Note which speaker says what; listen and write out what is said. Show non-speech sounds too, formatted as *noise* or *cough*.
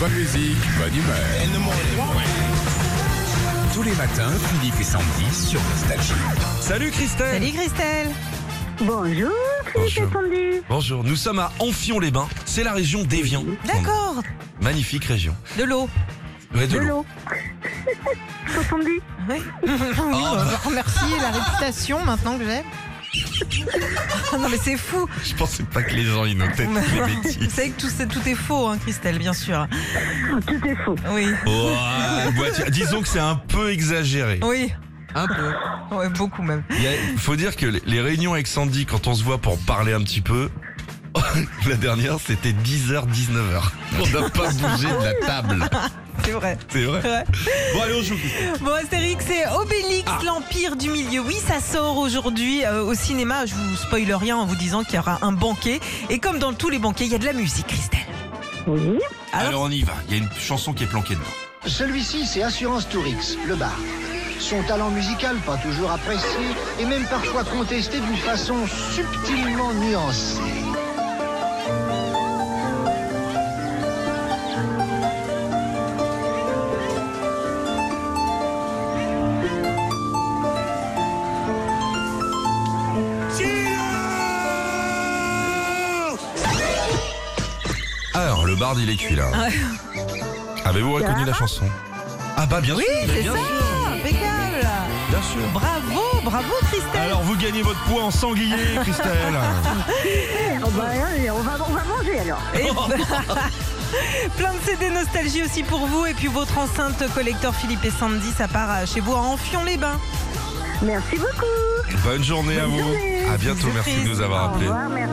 Speaker 1: Bonne musique, bonne humeur. Tous les matins, Philippe et Sandy sur Nostalgie.
Speaker 2: Salut Christelle
Speaker 3: Salut Christelle
Speaker 4: Bonjour,
Speaker 2: Bonjour.
Speaker 4: Philippe et Sandy.
Speaker 2: Bonjour, nous sommes à Enfion-les-Bains, c'est la région d'Évian.
Speaker 3: D'accord
Speaker 2: Magnifique région.
Speaker 3: De l'eau
Speaker 2: Ouais, de
Speaker 4: De
Speaker 2: l'eau.
Speaker 4: l'eau. Pour Sandy.
Speaker 3: Ah Oui. remercier la réputation maintenant que j'ai. Ah non mais c'est fou
Speaker 2: Je pensais pas que les gens y notaient
Speaker 3: Vous
Speaker 2: toutes
Speaker 3: *laughs*
Speaker 2: les bêtises.
Speaker 3: savez que tout, c'est- tout est faux, hein, Christelle, bien sûr.
Speaker 4: Tout est faux.
Speaker 3: Oui,
Speaker 2: Ouah, boîtier. Disons que c'est un peu exagéré.
Speaker 3: oui,
Speaker 2: Un peu.
Speaker 3: ouais, beaucoup même.
Speaker 2: Il y a- faut dire que les- les réunions avec Sandy, quand on se voit pour parler un petit peu, *laughs* la dernière c'était 10h, 19h. On n'a pas bougé de la table.
Speaker 3: C'est vrai.
Speaker 2: C'est vrai.
Speaker 3: c'est vrai.
Speaker 2: Bon, allez, on joue.
Speaker 3: Bon, Astérix et Obélix,
Speaker 2: Ah.
Speaker 3: l'Empire du Milieu. Oui, ça sort aujourd'hui euh, au cinéma. Je vous spoil rien en vous disant qu'il y aura un banquet. Et comme dans tous les banquets, il y a de la musique, Christelle.
Speaker 4: Oui.
Speaker 2: Alors, on y va. Il y a une chanson qui est planquée dedans.
Speaker 5: Celui-ci, c'est Assurance Tourix, le bar. Son talent musical, pas toujours apprécié, et même parfois contesté d'une façon subtilement nuancée.
Speaker 2: Alors, le barde, il est cuit là. Avez-vous reconnu la chanson Ah, bah, bien sûr.
Speaker 3: C'est
Speaker 2: bien
Speaker 3: ça
Speaker 2: sûr,
Speaker 3: Impeccable
Speaker 2: bien sûr.
Speaker 3: Bravo, bravo, Christelle
Speaker 2: Alors, vous gagnez votre poids en sanglier, Christelle.
Speaker 4: Oh bah, allez, on, va, on va manger alors.
Speaker 3: Et- *laughs* Plein de CD nostalgie aussi pour vous et puis votre enceinte collector Philippe et Sandy, ça part à- chez vous à Enfion-les-Bains.
Speaker 4: Merci beaucoup.
Speaker 2: Bonne journée à vous.
Speaker 4: journée.
Speaker 2: À bientôt. Merci de nous avoir
Speaker 4: Au
Speaker 2: appelés.
Speaker 4: revoir, merci.